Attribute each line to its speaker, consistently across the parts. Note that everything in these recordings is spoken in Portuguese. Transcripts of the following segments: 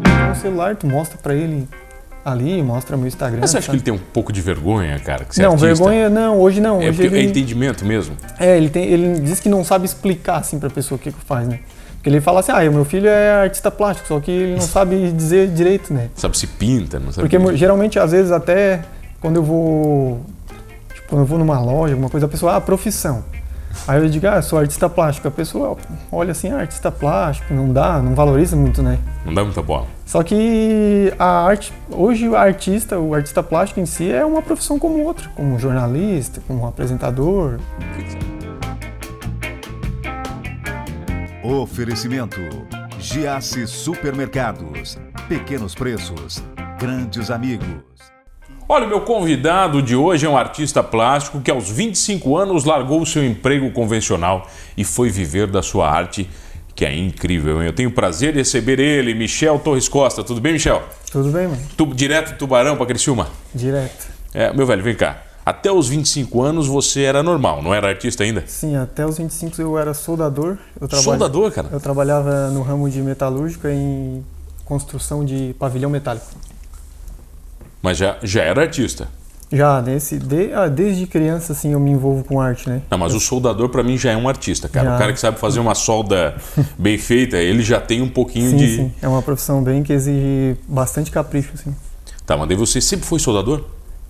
Speaker 1: pega o celular, tu mostra pra ele ali, mostra meu Instagram.
Speaker 2: Mas você acha
Speaker 1: sabe?
Speaker 2: que ele tem um pouco de vergonha, cara? Que você é
Speaker 1: Não,
Speaker 2: artista?
Speaker 1: vergonha não, hoje não.
Speaker 2: É
Speaker 1: Hoje
Speaker 2: porque
Speaker 1: ele,
Speaker 2: é entendimento mesmo.
Speaker 1: é, ele tem, ele diz que não sabe explicar assim pra pessoa o que que faz, né? Porque ele fala assim, ah, meu filho é artista plástico, só que ele não sabe dizer direito, né?
Speaker 2: Sabe, se pinta, não sabe?
Speaker 1: Porque mu- geralmente, às vezes, até quando eu vou. Tipo, quando eu vou numa loja, alguma coisa, a pessoa, ah, profissão. Aí eu digo, ah, eu sou artista plástico. A pessoa olha assim, ah, artista plástico, não dá, não valoriza muito, né?
Speaker 2: Não dá muita bola.
Speaker 1: Só que a arte, hoje o artista, o artista plástico em si é uma profissão como outra, como um jornalista, como um apresentador.
Speaker 3: Oferecimento: Giasse Supermercados. Pequenos preços, grandes amigos.
Speaker 2: Olha, o meu convidado de hoje é um artista plástico que aos 25 anos largou o seu emprego convencional e foi viver da sua arte, que é incrível. hein? Eu tenho o prazer de receber ele, Michel Torres Costa. Tudo bem, Michel?
Speaker 1: Tudo bem, mano?
Speaker 2: Tu, direto do Tubarão para Criciúma?
Speaker 1: Direto.
Speaker 2: É, meu velho, vem cá. Até os 25 anos você era normal, não era artista ainda?
Speaker 1: Sim, até os 25 eu era soldador. Eu trabalha-
Speaker 2: Soldador, cara?
Speaker 1: Eu trabalhava no ramo de metalúrgica em construção de pavilhão metálico.
Speaker 2: Mas já, já era artista.
Speaker 1: Já nesse de- ah, desde criança assim eu me envolvo com arte, né?
Speaker 2: Não, mas o soldador pra mim já é um artista, cara.
Speaker 1: Já.
Speaker 2: O cara que sabe fazer uma solda bem feita, ele já tem um pouquinho
Speaker 1: Sim,
Speaker 2: de.
Speaker 1: sim. É uma profissão bem que exige bastante capricho, assim.
Speaker 2: Tá, mas daí você sempre foi soldador?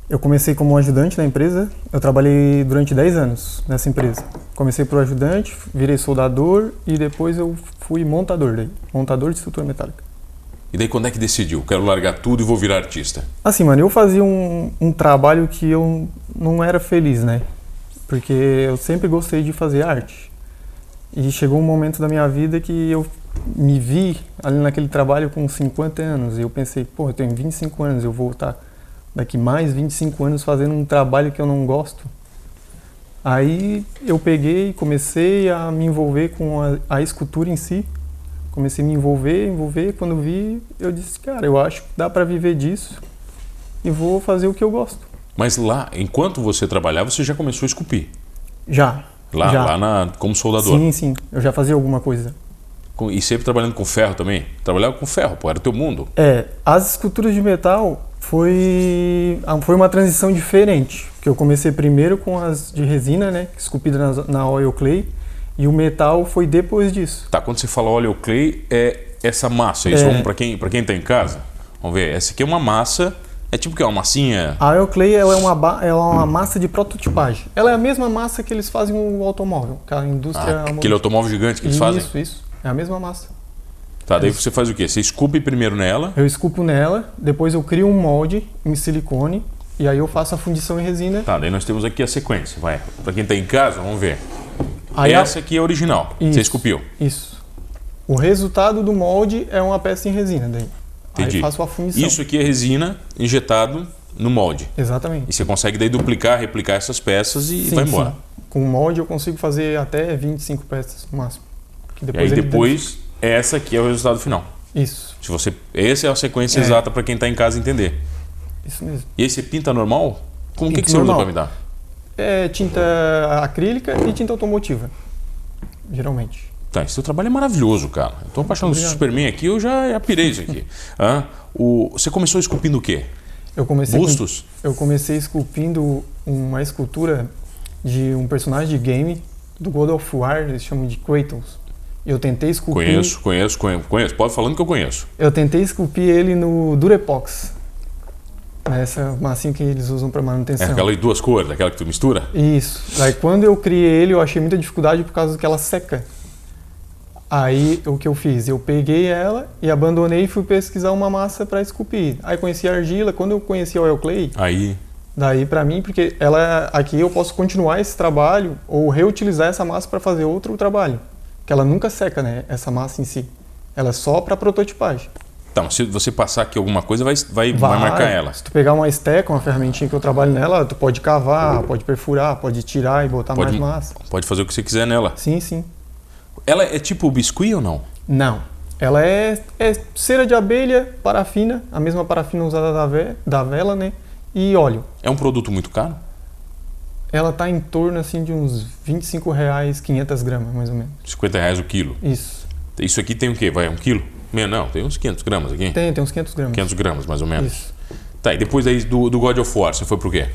Speaker 1: Eu comecei como ajudante na empresa. Eu trabalhei durante 10 anos nessa empresa. Comecei por ajudante, virei soldador e depois eu fui montador daí, montador de estrutura metálica.
Speaker 2: E daí quando é que decidiu? Quero largar tudo e vou virar artista.
Speaker 1: Assim, mano, eu fazia um, um trabalho que eu não era feliz, né? Porque eu sempre gostei de fazer arte. E chegou um momento da minha vida que eu me vi ali naquele trabalho com 50 anos. E eu pensei, pô, eu tenho 25 anos, eu vou estar daqui mais 25 anos fazendo um trabalho que eu não gosto. Aí eu peguei e comecei a me envolver com a, a escultura em si. Comecei a me envolver, envolver. Quando vi, eu disse, cara, eu acho que dá para viver disso e vou fazer o que eu gosto.
Speaker 2: Mas lá, enquanto você trabalhava, você já começou a esculpir.
Speaker 1: Já.
Speaker 2: Lá,
Speaker 1: já.
Speaker 2: lá na, como soldador.
Speaker 1: Sim, sim. Eu já fazia alguma coisa.
Speaker 2: Com- E sempre trabalhando com ferro também? Trabalhava com ferro, pô, era o teu mundo.
Speaker 1: É, as esculturas de metal foi, ah, foi uma transição diferente. Porque eu comecei primeiro com as de resina, né? Esculpidas na, na oil clay. E o metal foi depois disso.
Speaker 2: Tá, quando você fala óleo clay, é essa massa. Isso
Speaker 1: É.
Speaker 2: vamos pra quem, pra quem tá em casa? Vamos ver. Essa aqui é uma massa. É tipo que é uma massinha.
Speaker 1: A oil clay ela é, uma, ba- ela é
Speaker 2: Hum.
Speaker 1: uma massa de prototipagem. Ela é a mesma massa que eles fazem o automóvel, aquela indústria.
Speaker 2: Ah, aquele automóvel gigante que eles fazem.
Speaker 1: É, Isso, isso. É a mesma massa.
Speaker 2: Tá, daí você faz o quê? Você esculpe primeiro nela.
Speaker 1: Eu esculpo nela, depois eu crio um molde em silicone e aí eu faço a fundição em resina.
Speaker 2: Tá, daí nós temos aqui a sequência, vai. Pra quem tá em casa, vamos ver.
Speaker 1: Aí a-
Speaker 2: Essa aqui é a original.
Speaker 1: Isso.
Speaker 2: Você esculpiu.
Speaker 1: Isso. O resultado do molde é uma peça em resina daí.
Speaker 2: Entendi.
Speaker 1: Aí faço a fundição.
Speaker 2: Isso aqui é resina injetado no molde. E
Speaker 1: Exatamente.
Speaker 2: você consegue daí duplicar, replicar essas peças e
Speaker 1: Sim,
Speaker 2: vai embora.
Speaker 1: sim. Com o molde eu consigo fazer até 25 peças no máximo. Que
Speaker 2: E aí
Speaker 1: ele-
Speaker 2: depois, essa aqui é o resultado final.
Speaker 1: Isso,
Speaker 2: Se você, essa é a sequência
Speaker 1: É.
Speaker 2: exata pra quem tá em casa entender.
Speaker 1: isso mesmo.
Speaker 2: E aí você pinta normal? Como o que,
Speaker 1: Pinto
Speaker 2: que você usa
Speaker 1: normal.
Speaker 2: pra me dar?
Speaker 1: É tinta acrílica e tinta automotiva, geralmente.
Speaker 2: Tá, esse teu trabalho é maravilhoso, cara. Eu tô apaixonado pelo
Speaker 1: Obrigado.
Speaker 2: Superman aqui, eu já já pirei isso aqui. Hã? o, você começou esculpindo o quê?
Speaker 1: Eu comecei com-
Speaker 2: Bustos?
Speaker 1: Eu comecei esculpindo uma escultura de um personagem de game do God of War, eles chamam de Kratos. Eu tentei esculpir,
Speaker 2: Conheço, conheço, conheço, conheço. Pode falando que eu conheço.
Speaker 1: eu tentei esculpir ele no Durepox. Essa massinha que eles usam para
Speaker 2: É
Speaker 1: manutenção.
Speaker 2: aquela de duas cores, aquela que tu mistura?
Speaker 1: Isso. Daí quando eu criei ele, eu achei muita dificuldade por causa que ela seca. Aí o que eu fiz? Eu peguei ela e abandonei e fui pesquisar uma massa para esculpir. Aí conheci a argila, quando eu conheci a oil clay,
Speaker 2: Aí.
Speaker 1: Daí pra mim, porque ela aqui eu posso continuar esse trabalho ou reutilizar essa massa para fazer outro trabalho, que ela nunca seca, né? Essa massa em si, ela é só para prototipagem.
Speaker 2: Tá, mas se você passar aqui alguma coisa, vai, vai, vai marcar ela.
Speaker 1: Se tu pegar uma esteca, uma ferramentinha que eu trabalho nela, tu pode cavar, pode perfurar, pode tirar e botar
Speaker 2: Pode-
Speaker 1: mais massa.
Speaker 2: Pode fazer o que você quiser nela.
Speaker 1: Sim, sim.
Speaker 2: Ela é tipo biscuit ou não?
Speaker 1: Não. Ela é, é cera de abelha, parafina, a mesma parafina usada da, ve da vela, né? E óleo.
Speaker 2: É um produto muito caro?
Speaker 1: Ela tá em torno assim de uns R$ 25 reais, 500 gramas, mais ou menos.
Speaker 2: R$ 50 reais o quilo.
Speaker 1: Isso.
Speaker 2: Isso aqui tem o quê? Vai, um quilo? Men- Não, tem uns 500 gramas aqui.
Speaker 1: Tem, tem uns 500 gramas.
Speaker 2: 500 gramas, mais ou menos.
Speaker 1: Isso.
Speaker 2: Tá, e depois aí do, do God of War, você foi pro quê?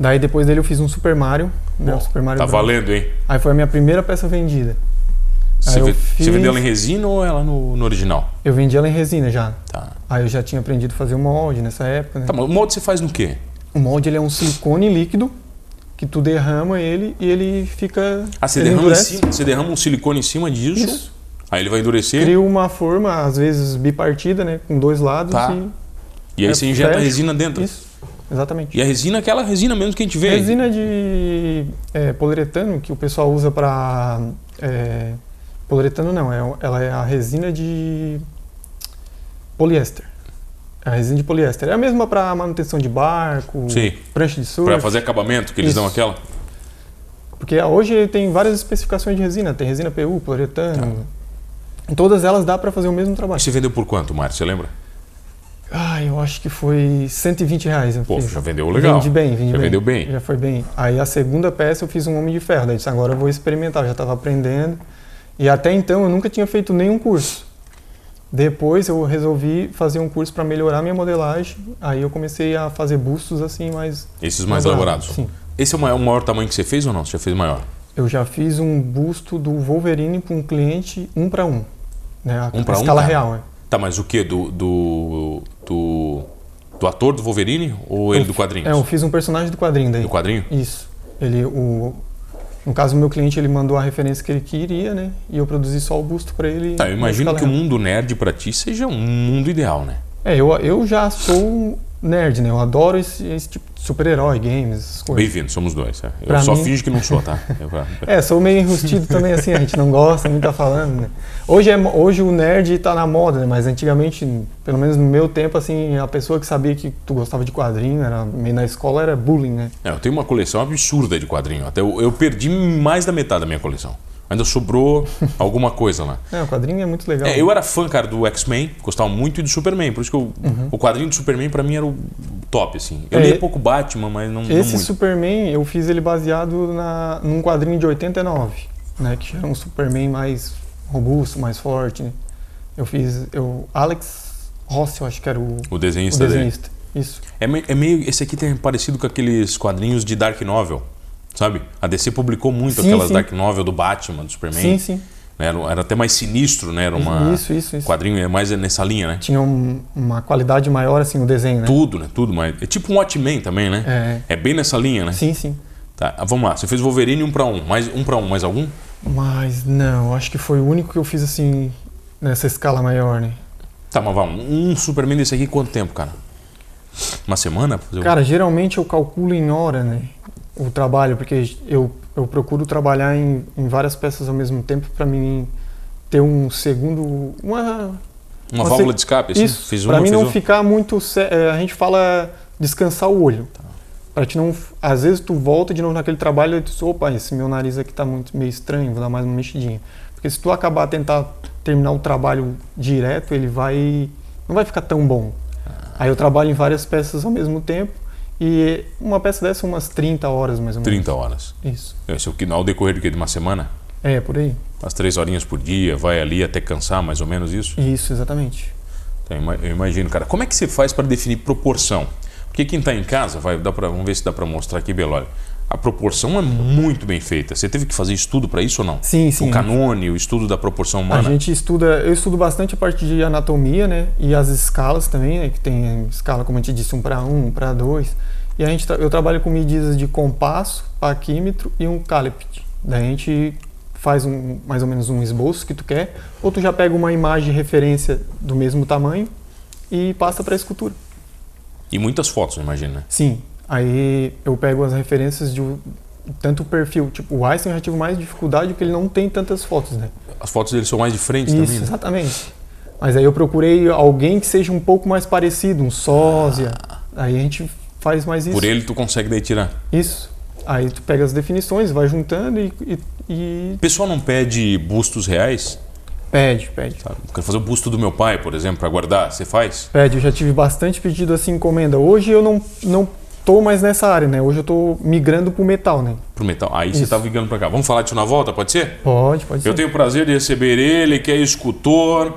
Speaker 1: Daí depois dele eu fiz um Super Mario, né?
Speaker 2: Bom,
Speaker 1: o Super Mario
Speaker 2: tá
Speaker 1: Bros.
Speaker 2: valendo, hein?
Speaker 1: Aí foi a minha primeira peça vendida.
Speaker 2: Você,
Speaker 1: eu
Speaker 2: ve- você
Speaker 1: fiz-
Speaker 2: vendeu ela em resina ou ela no, no original?
Speaker 1: Eu vendi ela em resina já.
Speaker 2: Tá.
Speaker 1: Aí eu já tinha aprendido a fazer o molde nessa época, né?
Speaker 2: Tá, mas o molde você faz no quê?
Speaker 1: O molde ele é um silicone líquido que tu derrama ele e ele fica
Speaker 2: Ah, você
Speaker 1: ele
Speaker 2: derrama, em
Speaker 1: endurece,
Speaker 2: cima, você derrama um silicone em cima disso,
Speaker 1: Isso.
Speaker 2: aí ele vai endurecer
Speaker 1: Cria uma forma às vezes bipartida, né, com dois lados
Speaker 2: Tá.
Speaker 1: e
Speaker 2: e aí
Speaker 1: é
Speaker 2: você injeta a
Speaker 1: fértil.
Speaker 2: resina dentro.
Speaker 1: isso. Exatamente.
Speaker 2: E a resina é aquela resina mesmo que a gente vê.
Speaker 1: Resina de é, poliuretano que o pessoal usa para é, poliuretano não, é, o- ela é a resina de poliéster. É a resina de poliéster. É a mesma para manutenção de barco,
Speaker 2: Sim.
Speaker 1: prancha de surf.
Speaker 2: Pra fazer acabamento, que eles
Speaker 1: é Isso.
Speaker 2: dão aquela.
Speaker 1: Porque hoje tem várias especificações de resina, tem resina PU, poliuretano.
Speaker 2: Tá.
Speaker 1: Em Todas elas dá para fazer o mesmo
Speaker 2: E
Speaker 1: trabalho.
Speaker 2: você vendeu por quanto, Mário? Você lembra?
Speaker 1: Ah, eu acho que foi 120 reais. Eu
Speaker 2: Pô,
Speaker 1: fiz.
Speaker 2: já vendeu legal.
Speaker 1: Vendi bem, vendi
Speaker 2: Já
Speaker 1: bem.
Speaker 2: vendeu bem.
Speaker 1: Já foi bem. Aí a segunda peça eu fiz um Homem de Ferro. Daí eu disse, agora eu vou experimentar, eu já estava aprendendo. E até então eu nunca tinha feito nenhum curso. Depois eu resolvi fazer um curso para melhorar minha modelagem. Aí eu comecei a fazer bustos assim, mais...
Speaker 2: Esses mais elaborados.
Speaker 1: elaborados, Sim.
Speaker 2: Esse é o maior, o maior tamanho que você fez ou não? Você já fez maior?
Speaker 1: Eu já fiz um busto do Wolverine para um cliente um para um. Né? A,
Speaker 2: Um pra
Speaker 1: a
Speaker 2: um,
Speaker 1: escala
Speaker 2: cara?
Speaker 1: real, né?
Speaker 2: Tá, mas o quê? Do. Do. Do, do ator do Wolverine ou ele do quadrinho?
Speaker 1: É, eu fiz um personagem do quadrinho daí.
Speaker 2: Do quadrinho?
Speaker 1: Isso. Ele, o, no caso, o meu cliente ele mandou a referência que ele queria, né? E eu produzi só o busto para ele.
Speaker 2: Tá, eu
Speaker 1: na
Speaker 2: imagino
Speaker 1: escala
Speaker 2: que o
Speaker 1: real.
Speaker 2: mundo nerd pra ti seja um mundo ideal, né?
Speaker 1: É, eu, eu já sou um nerd, né? Eu adoro esse, esse tipo de super-herói, games, essas coisas.
Speaker 2: Bem-vindo, somos dois. é. Eu
Speaker 1: Pra
Speaker 2: só
Speaker 1: mim-
Speaker 2: finge que não sou, tá? Eu-
Speaker 1: É, sou meio enrustido também, assim, a gente não gosta, não tá falando, né? Hoje, é, mo- hoje o nerd tá na moda, né? Mas antigamente, pelo menos no meu tempo, assim, a pessoa que sabia que tu gostava de quadrinho, era, meio na escola, era bullying, né?
Speaker 2: É, eu tenho uma coleção absurda de quadrinho. Até eu, eu perdi mais da metade da minha coleção. Ainda sobrou alguma coisa lá.
Speaker 1: É, o quadrinho é muito legal.
Speaker 2: É, eu era fã, cara, do X-Men, gostava muito e do Superman, por isso que eu- o quadrinho do Superman pra mim era o top, assim. Eu
Speaker 1: Uhum. É,
Speaker 2: lia
Speaker 1: e-
Speaker 2: pouco Batman, mas não, não
Speaker 1: Esse
Speaker 2: muito.
Speaker 1: Superman, eu fiz ele baseado na, num quadrinho de 89, né? Que era um Superman mais robusto, mais forte, né? Eu fiz... Eu, Alex Rossi, eu acho que era o,
Speaker 2: O
Speaker 1: o
Speaker 2: desenhista, dele.
Speaker 1: desenhista. Isso.
Speaker 2: É, me- é meio. Esse aqui tem parecido com aqueles quadrinhos de Dark Novel, sabe? A DC publicou muito
Speaker 1: Sim,
Speaker 2: aquelas
Speaker 1: sim.
Speaker 2: Dark Novel do Batman, do Superman.
Speaker 1: Sim, sim.
Speaker 2: né? Era, era até mais sinistro, né? Era uma.
Speaker 1: Isso, isso, isso.
Speaker 2: quadrinho é mais nessa linha, né?
Speaker 1: tinha um- uma qualidade maior assim o desenho, né?
Speaker 2: Tudo, né? Tudo, mas. É tipo um Watchmen também, né?
Speaker 1: É,
Speaker 2: É, bem nessa linha, né?
Speaker 1: sim, sim.
Speaker 2: Tá, ah, vamos lá. Você fez Wolverine um pra um, mais um pra um, mais algum?
Speaker 1: Mas não, acho que foi o único que eu fiz assim nessa escala maior, né?
Speaker 2: Tá, mas vamos. Um Superman desse aqui, quanto tempo, cara? Uma semana? pra fazer um?
Speaker 1: Cara, geralmente eu calculo em hora, né? O trabalho, porque eu, eu procuro trabalhar em, em várias peças ao mesmo tempo pra mim ter um segundo, uma
Speaker 2: uma
Speaker 1: você-
Speaker 2: válvula de escape, assim?
Speaker 1: Isso,
Speaker 2: Fez uma,
Speaker 1: pra mim
Speaker 2: fez
Speaker 1: não
Speaker 2: outra.
Speaker 1: ficar muito. sé- é, A gente fala descansar o olho. Pra te não. f- Às vezes tu volta de novo naquele trabalho e tu diz, opa, esse meu nariz aqui tá muito meio estranho, vou dar mais uma mexidinha. Porque se tu acabar tentar terminar o trabalho direto, ele vai. não vai ficar tão bom. Aí eu trabalho em várias peças ao mesmo tempo e uma peça dessa é umas 30 horas mais ou menos.
Speaker 2: 30 horas.
Speaker 1: Isso.
Speaker 2: Isso é o que ao decorrer do quê? De uma semana?
Speaker 1: É, por aí.
Speaker 2: Umas três horinhas por dia, vai ali até cansar, mais ou menos isso?
Speaker 1: Isso, exatamente.
Speaker 2: Então, ima- eu imagino, cara. Como é que você faz para definir proporção? Porque quem está em casa, vai, dá pra, vamos ver se dá para mostrar aqui, Belório. A proporção é muito bem feita. Você teve que fazer estudo para isso ou não?
Speaker 1: Sim, sim.
Speaker 2: O canone, o estudo da proporção humana.
Speaker 1: A gente estuda, eu estudo bastante a parte de anatomia, né? E as escalas também, né? Que tem escala, como a gente disse, um para um, um para dois. E a gente, tra- eu trabalho com medidas de compasso, paquímetro e um calipt. Daí a gente faz um, mais ou menos um esboço que tu quer, ou tu já pega uma imagem de referência do mesmo tamanho e passa para a escultura.
Speaker 2: E muitas fotos, eu imagino, né?
Speaker 1: Sim. Aí eu pego as referências de o- tanto o perfil, tipo, o Einstein eu já tive mais dificuldade porque ele não tem tantas fotos, né?
Speaker 2: As fotos dele são mais de frente também.
Speaker 1: Isso,
Speaker 2: né?
Speaker 1: exatamente. Mas aí eu procurei alguém que seja um pouco mais parecido, um sósia. Aí a gente faz mais isso.
Speaker 2: Ah. Por ele tu consegue daí tirar.
Speaker 1: Isso. Aí tu pega as definições, vai juntando e, e- e
Speaker 2: O pessoal não pede bustos reais?
Speaker 1: pede, pede.
Speaker 2: Tá? Eu Quero fazer o busto do meu pai, por exemplo, para guardar. Você faz?
Speaker 1: Pede, eu já tive bastante pedido assim, encomenda. Hoje eu não, não tô mais nessa área, né? Hoje eu tô migrando pro metal, né?
Speaker 2: Pro metal. Aí você
Speaker 1: Isso.
Speaker 2: tá ligando para cá. Vamos falar disso na volta, pode ser?
Speaker 1: Pode, pode ser.
Speaker 2: Eu tenho o prazer de receber ele, que é escultor,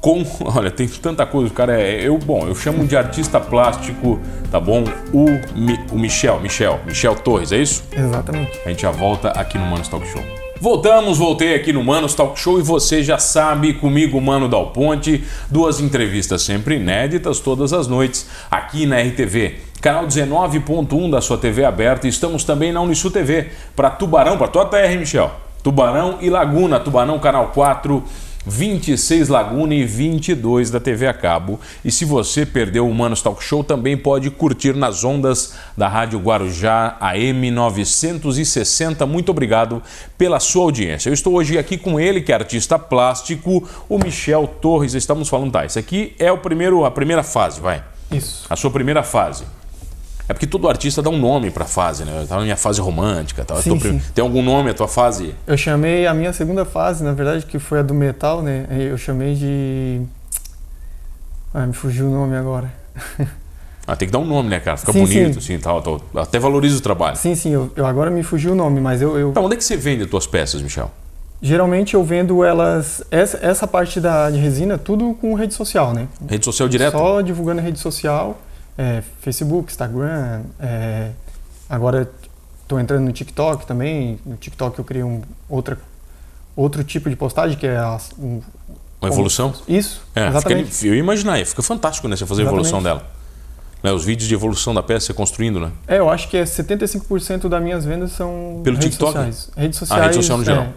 Speaker 2: com. Olha, tem tanta coisa, o cara é. Eu, bom, eu chamo de artista plástico, tá bom? O, Mi- o Michel, Michel, Michel Torres, é isso?
Speaker 1: Exatamente.
Speaker 2: A gente já volta aqui no Manos Talk Show. Voltamos, voltei aqui no Manos Talk Show e você já sabe, comigo, Mano Dal Ponte, duas entrevistas sempre inéditas todas as noites aqui na RTV. Canal 19.1 da sua TV aberta. Estamos também na Unisul TV para Tubarão, para tua terra, hein, Michel? Tubarão e Laguna, Tubarão Canal 4, 26 Laguna e 22 da TV a cabo. E se você perdeu o Manos Talk Show, também pode curtir nas ondas da Rádio Guarujá AM 960. Muito obrigado pela sua audiência. Eu estou hoje aqui com ele, que é artista plástico, o Michel Torres. Estamos falando, tá, isso aqui é o primeiro, a primeira fase, vai.
Speaker 1: Isso.
Speaker 2: A sua primeira fase. É porque todo artista dá um nome pra fase, né? Eu tava na minha fase romântica, tal. Eu
Speaker 1: Sim,
Speaker 2: tô prim-
Speaker 1: sim.
Speaker 2: Tem algum nome a tua fase?
Speaker 1: Eu chamei a minha segunda fase, na verdade, que foi a do metal, né? Eu chamei de. Ah, me fugiu o nome agora.
Speaker 2: Ah, tem que dar um nome, né, cara? Fica
Speaker 1: Sim,
Speaker 2: bonito,
Speaker 1: sim.
Speaker 2: assim e tal, tal. Até valoriza o trabalho.
Speaker 1: Sim, sim, eu, eu- agora me fugiu o nome, mas eu, eu-
Speaker 2: Então, onde é que você vende as tuas peças, Michel?
Speaker 1: geralmente eu vendo elas. Essa, essa parte da, de resina, tudo com rede social, né?
Speaker 2: Rede social direto?
Speaker 1: Só divulgando em rede social, é, Facebook, Instagram. é, agora estou entrando no TikTok também. No TikTok eu criei um, outra, outro tipo de postagem que é a, um-
Speaker 2: Uma evolução?
Speaker 1: isso,
Speaker 2: É,
Speaker 1: exatamente.
Speaker 2: Fica, eu imaginaria, fica fantástico, né? Você fazer a evolução dela. Né, os vídeos de evolução da peça, você construindo, né?
Speaker 1: É, eu acho que é 75% das minhas vendas são
Speaker 2: Pelo
Speaker 1: redes
Speaker 2: TikTok?
Speaker 1: sociais. Redes
Speaker 2: Ah,
Speaker 1: sociais.
Speaker 2: rede social no
Speaker 1: é,
Speaker 2: geral.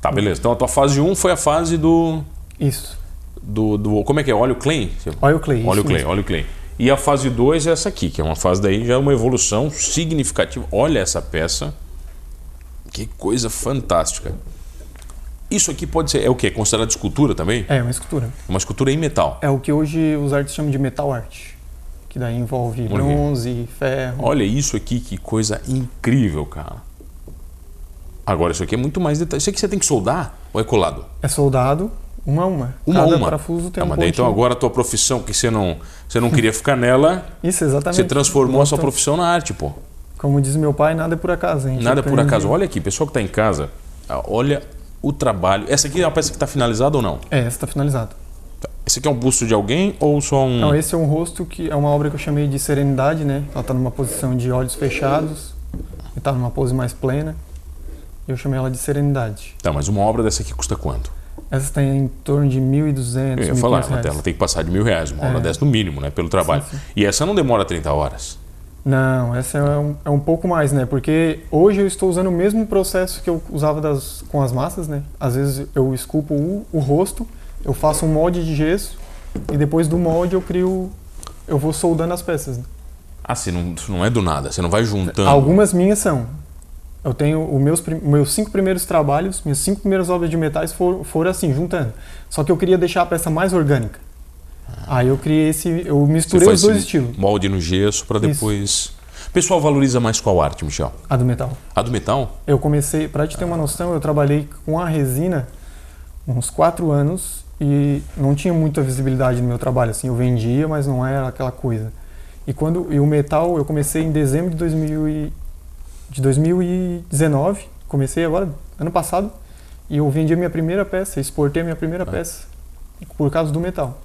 Speaker 2: Tá, beleza. Então a tua fase 1 foi a fase do.
Speaker 1: é, isso.
Speaker 2: do, do como é que é? Óleo Clay?
Speaker 1: Olha o Clay.
Speaker 2: Olha o
Speaker 1: isso
Speaker 2: Clay,
Speaker 1: mesmo.
Speaker 2: olha o Clay. E a fase 2 é essa aqui, que é uma fase daí, já é uma evolução significativa. Olha essa peça. Que coisa fantástica. Isso aqui pode ser. É o quê? Considerado escultura também?
Speaker 1: É, uma escultura.
Speaker 2: Uma escultura em metal.
Speaker 1: É o que hoje os artistas chamam de metal art. Que daí envolve
Speaker 2: Olha.
Speaker 1: bronze, ferro.
Speaker 2: Olha isso aqui, que coisa incrível, cara. Agora, isso aqui é muito mais detalhe. Isso aqui você tem que soldar ou é colado?
Speaker 1: É soldado, uma a uma.
Speaker 2: Uma a
Speaker 1: Cada
Speaker 2: uma.
Speaker 1: parafuso tem
Speaker 2: Ah,
Speaker 1: um
Speaker 2: mas daí, então
Speaker 1: pontinho.
Speaker 2: agora a tua profissão, que você não, você não queria ficar nela,
Speaker 1: Isso, exatamente.
Speaker 2: você transformou a sua
Speaker 1: Então,
Speaker 2: profissão na arte, pô.
Speaker 1: Como diz meu pai, nada é por acaso, hein?
Speaker 2: Nada por acaso. Olha aqui, pessoal que está em casa, ah, olha o trabalho. Essa aqui é uma peça que está finalizada ou não?
Speaker 1: É, essa tá finalizada.
Speaker 2: Esse aqui é um busto de alguém ou só um.
Speaker 1: Então, esse é um rosto que é uma obra que eu chamei de serenidade, né? Ela tá numa posição de olhos fechados e tá numa pose mais plena. E eu chamei ela de serenidade.
Speaker 2: Tá, mas uma obra dessa aqui custa quanto?
Speaker 1: Essa tá em torno de 1.200,
Speaker 2: Eu ia
Speaker 1: 1.500
Speaker 2: falar, ela
Speaker 1: reais.
Speaker 2: tem- ela tem que passar de mil reais, uma obra
Speaker 1: É.
Speaker 2: dessa no mínimo, né? Pelo trabalho.
Speaker 1: Sim, sim.
Speaker 2: E essa não demora 30 horas.
Speaker 1: Não, essa é um, é um pouco mais, né? Porque hoje eu estou usando o mesmo processo que eu usava das, com as massas, né? Às vezes eu esculpo o, o rosto, eu faço um molde de gesso e depois do molde eu crio, eu vou soldando as peças. né?
Speaker 2: Ah, você não, isso não é do nada, você não vai juntando.
Speaker 1: Algumas minhas são. Eu tenho os meus, prim- meus cinco primeiros trabalhos, minhas cinco primeiras obras de metais foram, foram assim, juntando. Só que eu queria deixar a peça mais orgânica. Aí eu criei esse, eu
Speaker 2: Você
Speaker 1: misturei
Speaker 2: faz
Speaker 1: os dois
Speaker 2: esse
Speaker 1: estilos,
Speaker 2: Molde no gesso para depois. O pessoal valoriza mais qual arte, Michel?
Speaker 1: a do metal.
Speaker 2: A do metal?
Speaker 1: Eu comecei, pra te ter uma noção, eu trabalhei com a resina uns quatro anos e não tinha muita visibilidade no meu trabalho, assim, eu vendia, mas não era aquela coisa. E quando e o metal, eu comecei em dezembro de, 2000 e, de 2019, comecei agora ano passado, e eu vendi a minha primeira peça, exportei a minha
Speaker 2: Tá.
Speaker 1: primeira peça por causa do metal.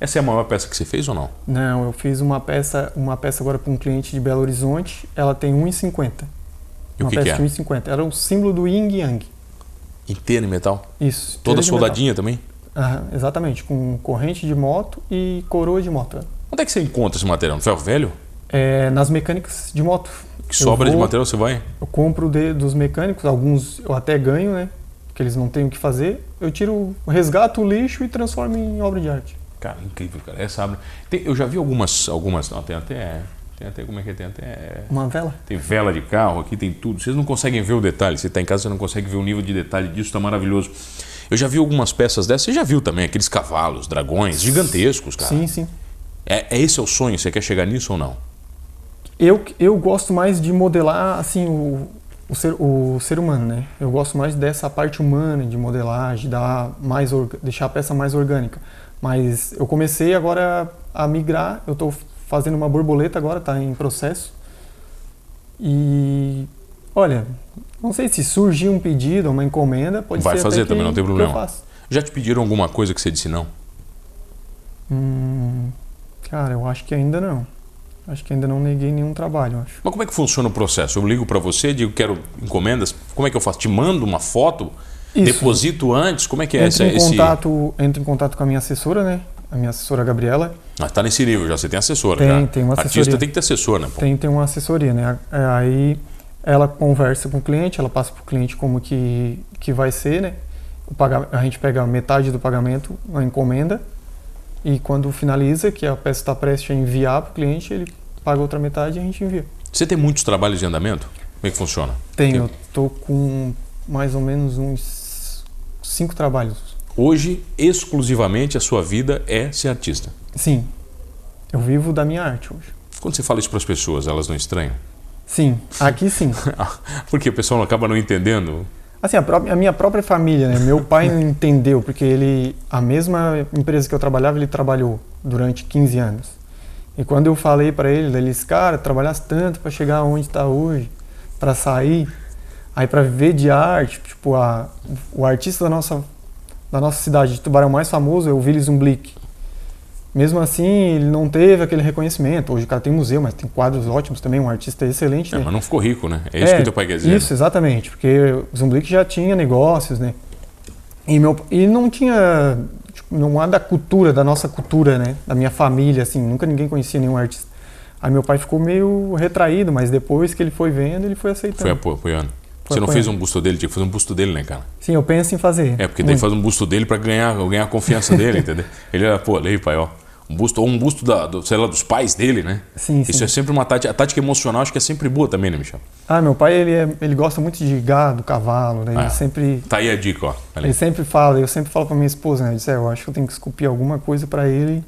Speaker 2: Essa é a maior peça que você fez ou não?
Speaker 1: Não, eu fiz uma peça, uma peça agora para um cliente de Belo Horizonte, ela tem 1,50.
Speaker 2: E o
Speaker 1: uma
Speaker 2: que, que
Speaker 1: peça
Speaker 2: é?
Speaker 1: de 1,50. Era um símbolo do Yin Yang.
Speaker 2: Inteira em metal?
Speaker 1: Isso. telha
Speaker 2: Toda
Speaker 1: de metal.
Speaker 2: soldadinha também?
Speaker 1: Aham, exatamente, com corrente de moto e coroa de moto.
Speaker 2: Onde é que você encontra esse material? No ferro velho?
Speaker 1: É, nas mecânicas de moto.
Speaker 2: Que
Speaker 1: Eu
Speaker 2: sobra de
Speaker 1: vou-
Speaker 2: material você vai?
Speaker 1: Eu compro de- dos mecânicos, alguns eu até ganho, né? Porque eles não têm o que fazer. Eu tiro, resgato o lixo e transformo em obra de arte.
Speaker 2: Cara, incrível, cara. Essa abre. Tem- eu já vi algumas. algumas não, tem até. Tem até. Como é que é? Tem até.
Speaker 1: Uma vela.
Speaker 2: Tem vela de carro aqui, tem tudo. Vocês não conseguem ver o detalhe. Você está em casa, você não consegue ver o nível de detalhe disso, está maravilhoso. Eu já vi algumas peças dessas. Você já viu também aqueles cavalos, dragões, gigantescos, cara.
Speaker 1: Sim, sim.
Speaker 2: É, é esse é o sonho? Você quer chegar nisso ou não?
Speaker 1: Eu, eu gosto mais de modelar, assim, o, o, ser, o ser humano, né? Eu gosto mais dessa parte humana, de modelagem, dar mais orga- deixar a peça mais orgânica. Mas eu comecei agora a migrar, eu tô fazendo uma borboleta agora, tá em processo. E, olha, não sei se surgir um pedido, uma encomenda, pode
Speaker 2: Vai
Speaker 1: ser
Speaker 2: fazer
Speaker 1: até que,
Speaker 2: também, não tem
Speaker 1: que eu
Speaker 2: problema.
Speaker 1: faço.
Speaker 2: Já te pediram alguma coisa que você disse não?
Speaker 1: Hum, cara, eu acho que ainda não. Acho que ainda não neguei nenhum trabalho, eu acho.
Speaker 2: Mas como é que funciona o processo? Eu ligo para você, digo quero encomendas. Como é que eu faço? Te mando uma foto?
Speaker 1: Isso.
Speaker 2: Deposito antes? Como é que é
Speaker 1: Entro em,
Speaker 2: esse- esse-
Speaker 1: contato, entro em contato com a minha assessora, né? A minha assessora Gabriela.
Speaker 2: Ah, tá nesse nível já, você tem assessora.
Speaker 1: Tem,
Speaker 2: já.
Speaker 1: tem uma
Speaker 2: Artista
Speaker 1: assessoria.
Speaker 2: tem que ter assessor, né? pô?
Speaker 1: Tem, tem uma assessoria, né? É, Aí ela conversa com o cliente, ela passa para o cliente como que, que vai ser, né? O paga- a gente pega metade do pagamento na encomenda e quando finaliza, que a peça está prestes a enviar para o cliente, ele paga outra metade e a gente envia.
Speaker 2: Você tem muitos trabalhos em andamento? Como é que funciona?
Speaker 1: Tenho, eu tô com mais ou menos uns cinco trabalhos.
Speaker 2: Hoje, exclusivamente, a sua vida é ser artista.
Speaker 1: Sim, eu vivo da minha arte hoje.
Speaker 2: Quando você fala isso para as pessoas, elas não estranham?
Speaker 1: Sim, aqui sim.
Speaker 2: Porque o pessoal acaba não entendendo.
Speaker 1: Assim, a, pró- a minha própria família, né? Meu pai não entendeu, porque ele, a mesma empresa que eu trabalhava, ele trabalhou durante 15 anos. E quando eu falei para ele, ele disse, cara, trabalhasse tanto para chegar onde está hoje, para sair, aí para viver de arte, tipo, a, o artista da nossa, da nossa cidade de Tubarão mais famoso é o Willis Umblick. Mesmo assim, ele não teve aquele reconhecimento. Hoje o cara tem um museu, mas tem quadros ótimos também, um artista excelente,
Speaker 2: É,
Speaker 1: né?
Speaker 2: mas não ficou rico, né? É isso que teu pai quer dizer.
Speaker 1: Isso, exatamente, porque o Zumblick já tinha negócios, né? E, meu, e não tinha tipo, não há da cultura, da nossa cultura, né? Da minha família, assim, nunca ninguém conhecia nenhum artista. Aí meu pai ficou meio retraído, mas depois que ele foi vendo, ele foi aceitando.
Speaker 2: né? Foi apo- apoiando.
Speaker 1: é. Foi
Speaker 2: você não fez
Speaker 1: apoiando.
Speaker 2: um busto dele, tinha que fazer um busto dele, né, cara?
Speaker 1: Sim, eu penso em fazer.
Speaker 2: É, porque daí
Speaker 1: Muito.
Speaker 2: faz um busto dele para ganhar, ganhar a confiança dele, entendeu? Ele era, pô, lei, pai, ó. Um busto, ou um busto da, do, sei lá, dos pais dele, né?
Speaker 1: Sim,
Speaker 2: Isso
Speaker 1: sim.
Speaker 2: é sempre uma tática. A tática emocional acho que é sempre boa também, né, Michel?
Speaker 1: Ah, meu pai, ele, é- ele gosta muito de gado, cavalo, né?
Speaker 2: Ah.
Speaker 1: Ele sempre
Speaker 2: Tá aí a dica, ó. Olha aí.
Speaker 1: Ele sempre fala, eu sempre falo pra minha esposa, né? Eu disse, é, eu acho que eu tenho que esculpir alguma coisa pra ele,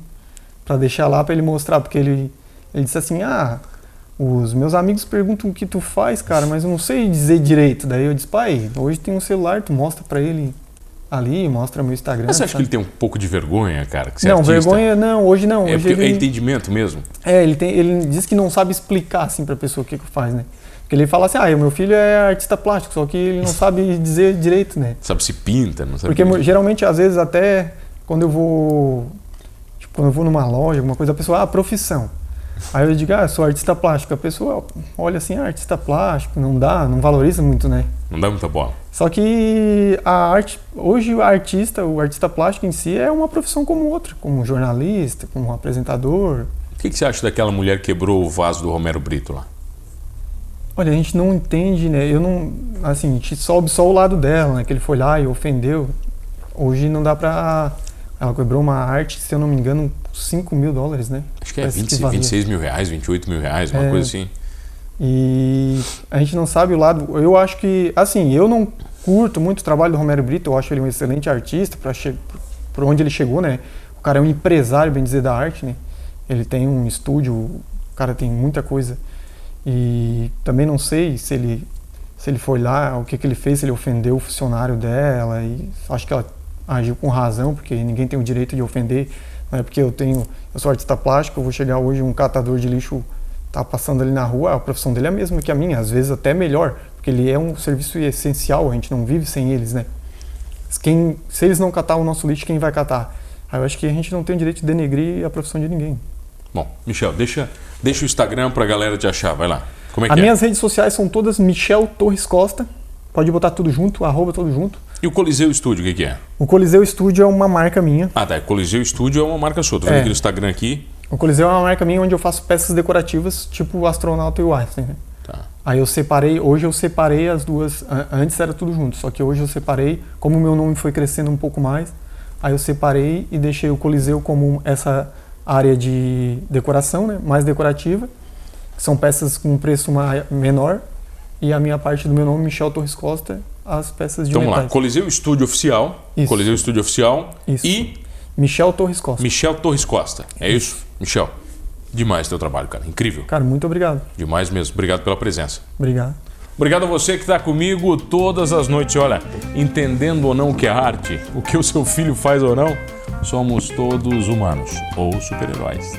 Speaker 1: pra deixar lá pra ele mostrar, porque ele ele disse assim: "Ah, os meus amigos perguntam o que tu faz, cara, mas eu não sei dizer direito". Daí eu disse: "Pai, hoje tem um celular, tu mostra pra ele ali, mostra meu Instagram".
Speaker 2: Mas você acha que
Speaker 1: sabe?"
Speaker 2: ele tem um pouco de vergonha, cara? Que você é
Speaker 1: é Não,
Speaker 2: artista?
Speaker 1: vergonha não, hoje não,
Speaker 2: É
Speaker 1: hoje
Speaker 2: porque
Speaker 1: ele
Speaker 2: é entendimento mesmo.
Speaker 1: é, ele, tem, ele diz que não sabe explicar assim pra pessoa o que, que faz, né? Porque ele fala assim: "Ah, o meu filho é artista plástico, só que ele não sabe dizer direito, né?"
Speaker 2: Sabe, se pinta, não sabe.
Speaker 1: Porque é mu- geralmente, às vezes, até quando eu vou. Tipo, quando eu vou numa loja, alguma coisa, a pessoa, ah, profissão. Aí eu digo, ah, sou artista plástico. A pessoa olha assim, ah, artista plástico, não dá, não valoriza muito, né?
Speaker 2: Não dá muita bola.
Speaker 1: Só que a arte, hoje o artista, o artista plástico em si é uma profissão como outra, como um jornalista, como um apresentador.
Speaker 2: O que, que você acha daquela mulher que quebrou o vaso do Romero Brito lá?
Speaker 1: Olha, a gente não entende, né? Eu não. Assim, a gente soube só o lado dela, né? Que ele foi lá e ofendeu. Hoje não dá pra. Ela cobrou uma arte, se eu não me engano, 5 mil dólares, né?
Speaker 2: Acho que é
Speaker 1: Parece
Speaker 2: 20,
Speaker 1: valia.
Speaker 2: 26 mil reais, 28 mil reais, uma
Speaker 1: É.
Speaker 2: coisa assim.
Speaker 1: E a gente não sabe o lado. Eu acho que. Assim, eu não curto muito o trabalho do Romero Brito, eu acho ele um excelente artista, pra che... por onde ele chegou, né? O cara é um empresário, bem dizer, da arte, né? Ele tem um estúdio, o cara tem muita coisa. E também não sei se ele se ele foi lá, o que, que ele fez, se ele ofendeu o funcionário dela, e acho que ela agiu com razão, porque ninguém tem o direito de ofender, não é porque eu tenho, eu sou artista plástico, eu vou chegar hoje um catador de lixo tá passando ali na rua, a profissão dele é a mesma que a minha, às vezes até melhor, porque ele é um serviço essencial, a gente não vive sem eles, né? Quem, se eles não catar o nosso lixo, quem vai catar? Aí eu acho que a gente não tem o direito de denegrir a profissão de ninguém.
Speaker 2: Bom, Michel, deixa, deixa o Instagram pra galera te achar, vai lá. Como é que
Speaker 1: As
Speaker 2: é?
Speaker 1: minhas redes sociais são todas Michel Torres Costa, pode botar tudo junto, arroba tudo junto.
Speaker 2: E o Coliseu Estúdio, o que, que é?
Speaker 1: O Coliseu Studio é uma marca minha.
Speaker 2: Ah, tá. Coliseu Estúdio é uma marca sua. Tô vendo
Speaker 1: É.
Speaker 2: aqui no Instagram aqui.
Speaker 1: O Coliseu é uma marca minha onde eu faço peças decorativas, tipo o astronauta e o Einstein. Né?
Speaker 2: Tá.
Speaker 1: Aí eu separei, hoje eu separei as duas. a- Antes era tudo junto, só que hoje eu separei, como o meu nome foi crescendo um pouco mais, aí eu separei e deixei o Coliseu como um, essa área de decoração, né? mais decorativa, que são peças com preço mai- menor, e a minha parte do meu nome, Michel Torres Costa, as peças de
Speaker 2: Então vamos lá.
Speaker 1: metais.
Speaker 2: Coliseu Estúdio Oficial.
Speaker 1: Isso.
Speaker 2: Coliseu Estúdio Oficial.
Speaker 1: Isso.
Speaker 2: E
Speaker 1: Michel Torres Costa.
Speaker 2: Michel Torres Costa. É isso? Michel, demais teu trabalho, cara. Incrível.
Speaker 1: Cara, muito obrigado.
Speaker 2: Demais mesmo. Obrigado pela presença.
Speaker 1: Obrigado.
Speaker 2: Obrigado a você que está comigo todas as noites. Olha, entendendo ou não o que é arte, o que o seu filho faz ou não, somos todos humanos ou super-heróis.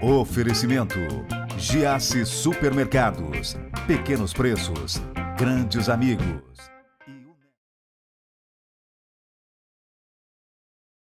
Speaker 3: Oferecimento: Giasse Supermercados. Pequenos preços, grandes amigos.